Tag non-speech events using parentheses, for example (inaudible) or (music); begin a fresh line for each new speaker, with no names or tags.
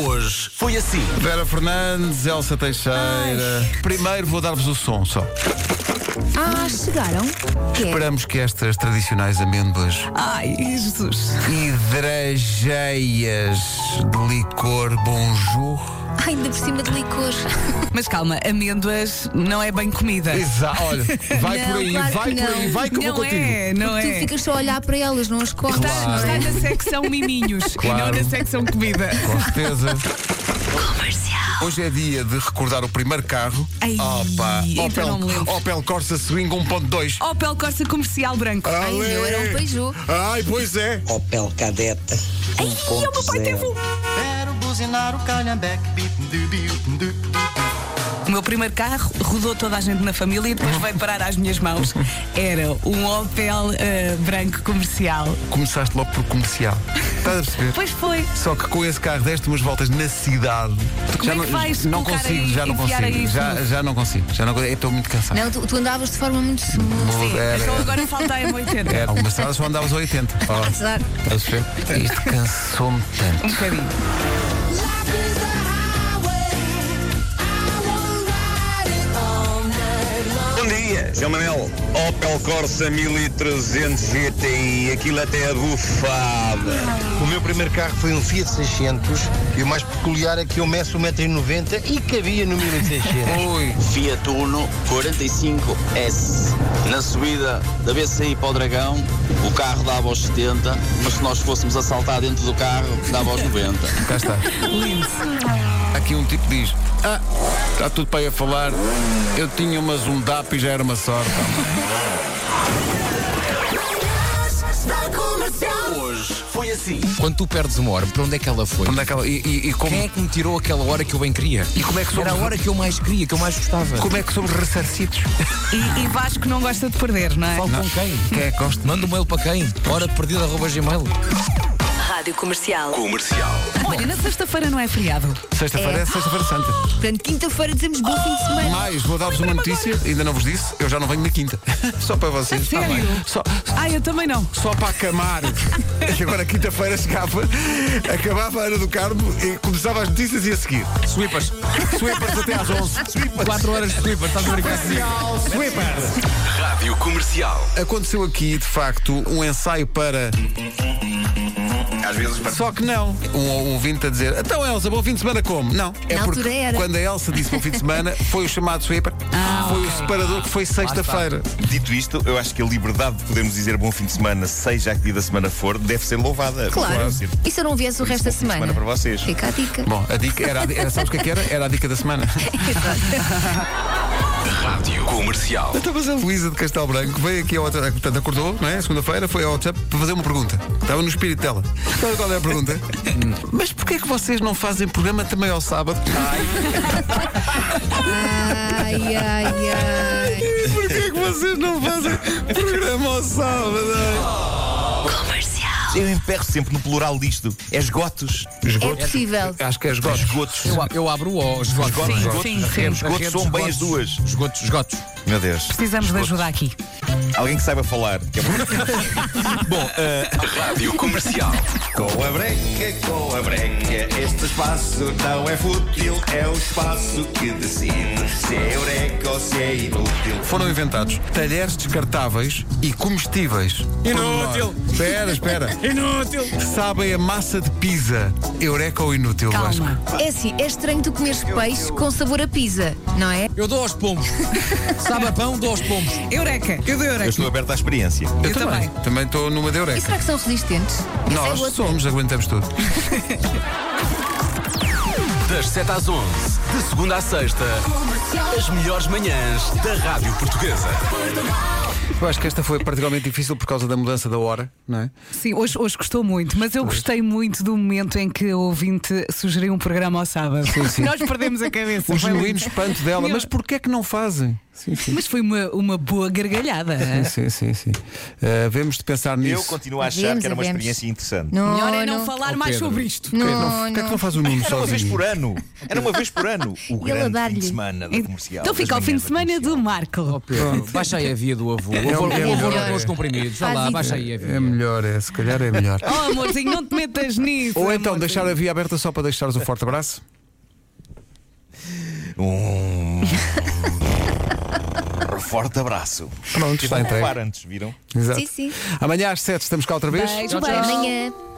hoje foi assim. Vera Fernandes, Elsa Teixeira. Primeiro vou dar-vos o som só.
Ah, chegaram? Que é?
Esperamos que estas tradicionais amêndoas
Ai, Jesus.
Ah.
e drageias de licor bonjour.
Ai, ainda por cima de licor.
Mas calma, amêndoas não é bem comida.
Exato, olha, vai
Não,
por aí,
claro
vai
que
por aí,
não.
vai que eu
não
vou contigo.
é, não
Tu
é.
ficas só a olhar para elas, não as cortas.
Está,
Claro.
está na secção miminhos e
Claro.
não na secção comida.
Com certeza. Comercial. Hoje é dia de recordar o primeiro carro.
Ai,
Opa,
então não me
Opel,
lembro.
Opel Corsa Swing 1.2.
Opel Corsa Comercial Branco.
Ah.
Ai, o meu era um Peugeot.
Ai, pois é.
Opel Cadeta. Ai,
E o meu pai teve um.
Quero buzinar o calhambeque.
O meu primeiro carro rodou toda a gente na família e
Ah.
depois veio parar às minhas mãos. Era um Opel eh, branco comercial.
Começaste logo por comercial. Estás a perceber?
Pois foi.
Só que com esse carro deste umas voltas na cidade.
é que vais
não
colocar
consigo,
aí,
já não
enfiar
consigo.
aí
Já,
tudo?
já não consigo. Já não consigo. Eu Estou muito cansado.
Não, tu, tu andavas de forma muito smooth.
Sim,
Era,
então
era. É.
agora falta a M80.
Era. Algumas estradas só andavas a
(laughs)
80. Ó, Oh, estás
Azar.
a perceber? Isto cansou-me tanto.
Um bocadinho.
Bom dia, João Manel. Opel Corsa 1300 GTI, aquilo até é abufava.
O meu primeiro carro foi um Fiat 600 e o mais peculiar é que eu meço 1,90m e cabia no 1600.
Ui,
Fiat Uno 45S. Na subida da BCI para o Dragão, o carro dava aos 70, mas se nós fôssemos assaltar dentro do carro, dava aos 90.
cá está. Aqui um tipo diz: Ah, está tudo para aí a falar. Eu tinha uma Zundap e já era uma sorte.
Quando tu perdes uma hora, para onde é que ela foi?
Onde é que ela- e, e- e como,
Quem é que me tirou aquela hora que eu bem queria?
e como é que somos,
Era a hora que eu mais queria, que eu mais gostava.
como é que somos ressarcidos?
E, e Vasco não gosta de perder, não é?
Falo com quem?
Quem é que gosta?
Manda um mail para quem? Hora de perdida, arroba gmail.
Olha, na sexta-feira não é feriado.
Sexta-feira é, Sexta-feira Santa.
Portanto, quinta-feira dizemos bom fim de semana.
Mais, vou dar-vos uma notícia, ainda não vos disse, eu já não venho na quinta. (laughs) Só para vocês. Tá
A sério?
bem. Só,
Ah, eu também não.
só para acamar. (laughs) e agora quinta-feira chegava, acabava a Ana do Carmo e começava as notícias e a seguir.
Sweepers.
Sweepers até às 11. Sweepers.
4 horas de sweepers, estás a brincar comigo?
Comercial, Sweepers. Aconteceu aqui, de facto, um ensaio para.
Às vezes para
Só que não. Um ouvinte a dizer, então Elsa, bom fim de semana como? Não. É
Na
porque
altura era.
quando a Elsa disse bom fim de semana, foi o chamado sweeper. foi o separador que foi sexta-feira.
Dito isto, eu acho que a liberdade de podermos dizer bom fim de semana, seja a que dia da semana for, deve ser louvada.
Claro.
Deve ser.
E se eu não viesse o resto da
Bom fim de
semana?
para vocês.
Fica a dica.
Bom, a dica era, a di- era sabes o que é que era? Era a dica da (laughs) semana.
Rádio Comercial.
Então, mas a Luísa de Castelo Branco veio aqui ao WhatsApp, portanto, acordou, não é? Segunda-feira, foi ao WhatsApp para fazer uma pergunta. Estava no espírito dela. Sabe qual é a (laughs) pergunta? mas porquê é que vocês não fazem programa também ao sábado?
Ai, ai, ai.
(laughs) porquê é que vocês não fazem programa ao sábado?
Eu emperro sempre no plural disto. É esgotos.
É possível.
Acho que é esgotos.
Esgotos.
Eu, ab- eu abro o esgoto.
Esgotos, esgotos.
sim, sim.
Os esgotos são bem as duas.
Esgotos, esgotos.
Meu Deus.
Precisamos de ajuda aqui.
Alguém que saiba falar. Que é
(laughs) eh,
Rádio Comercial.
Com a breca, com a breca, este espaço não é fútil, é o espaço que decide se é eureka ou se é inútil.
Foram inventados talheres descartáveis e comestíveis. Inútil! Espera, espera. (laughs) Inútil! Sabem a massa de pizza. Eureka ou inútil, Vasco?
Calma.
É assim, é estranho tu comeres peixe com sabor a pizza, não é?
Eu dou aos (laughs) pombos. Sabe a pão, dou aos pombos.
Eureka. Eu dou
Eu
Eureka.
estou aberto à experiência.
Eu,
Eu também. é
Também estou numa de
E
Eureka.
será que são resistentes? Essa é
Nós
outra.
somos, aguentamos tudo.
Das 7 às 11, de segunda à sexta, as melhores manhãs da Rádio Portuguesa.
Eu acho que esta foi particularmente difícil por causa da mudança da hora, não é?
Sim, hoje, hoje gostou muito, mas eu gostei muito do momento em que o ouvinte sugeriu um programa ao sábado. Nós perdemos a cabeça.
O
Foi lindo.
genuíno espanto dela,
Meu-
mas porquê é que não fazem? Sim, sim.
Mas foi uma, uma boa gargalhada.
Sim, sim, sim, sim. Ah, vemos de pensar nisso.
Eu continuo a achar
Vemos,
que era uma
vemos.
experiência interessante.
Oh, Não,
Melhor é não, falar mais
Pedro.
sobre isto.
Porquê
não,
não- Porquê é que não
não.
faz o número
Era uma vez
sozinho?
por ano. Era uma vez por ano. O
(laughs)
grande
dar-lhe.
fim de semana da É comercial.
Então
das
fica o fim de
manhãs da
semana do
comercial.
Marco.
Pronto. Baixa aí a via do avô. O avô,
é
o avô
melhor.
não deu os comprimidos. Vá
Faz
lá,
isso.
baixa aí a
É
via.
melhor, é, se calhar é (laughs) melhor.
Oh, amorzinho, não te metas nisso.
Ou então
amorzinho.
deixar a via aberta só para deixares um forte abraço.
(laughs)
Um forte abraço.
Pronto, é está
Tive um
entregue.
par antes, viram?
Exato.
Sim, sim.
Amanhã às 7 estamos cá outra vez.
Beijo,
Até
beijo.
Amanhã.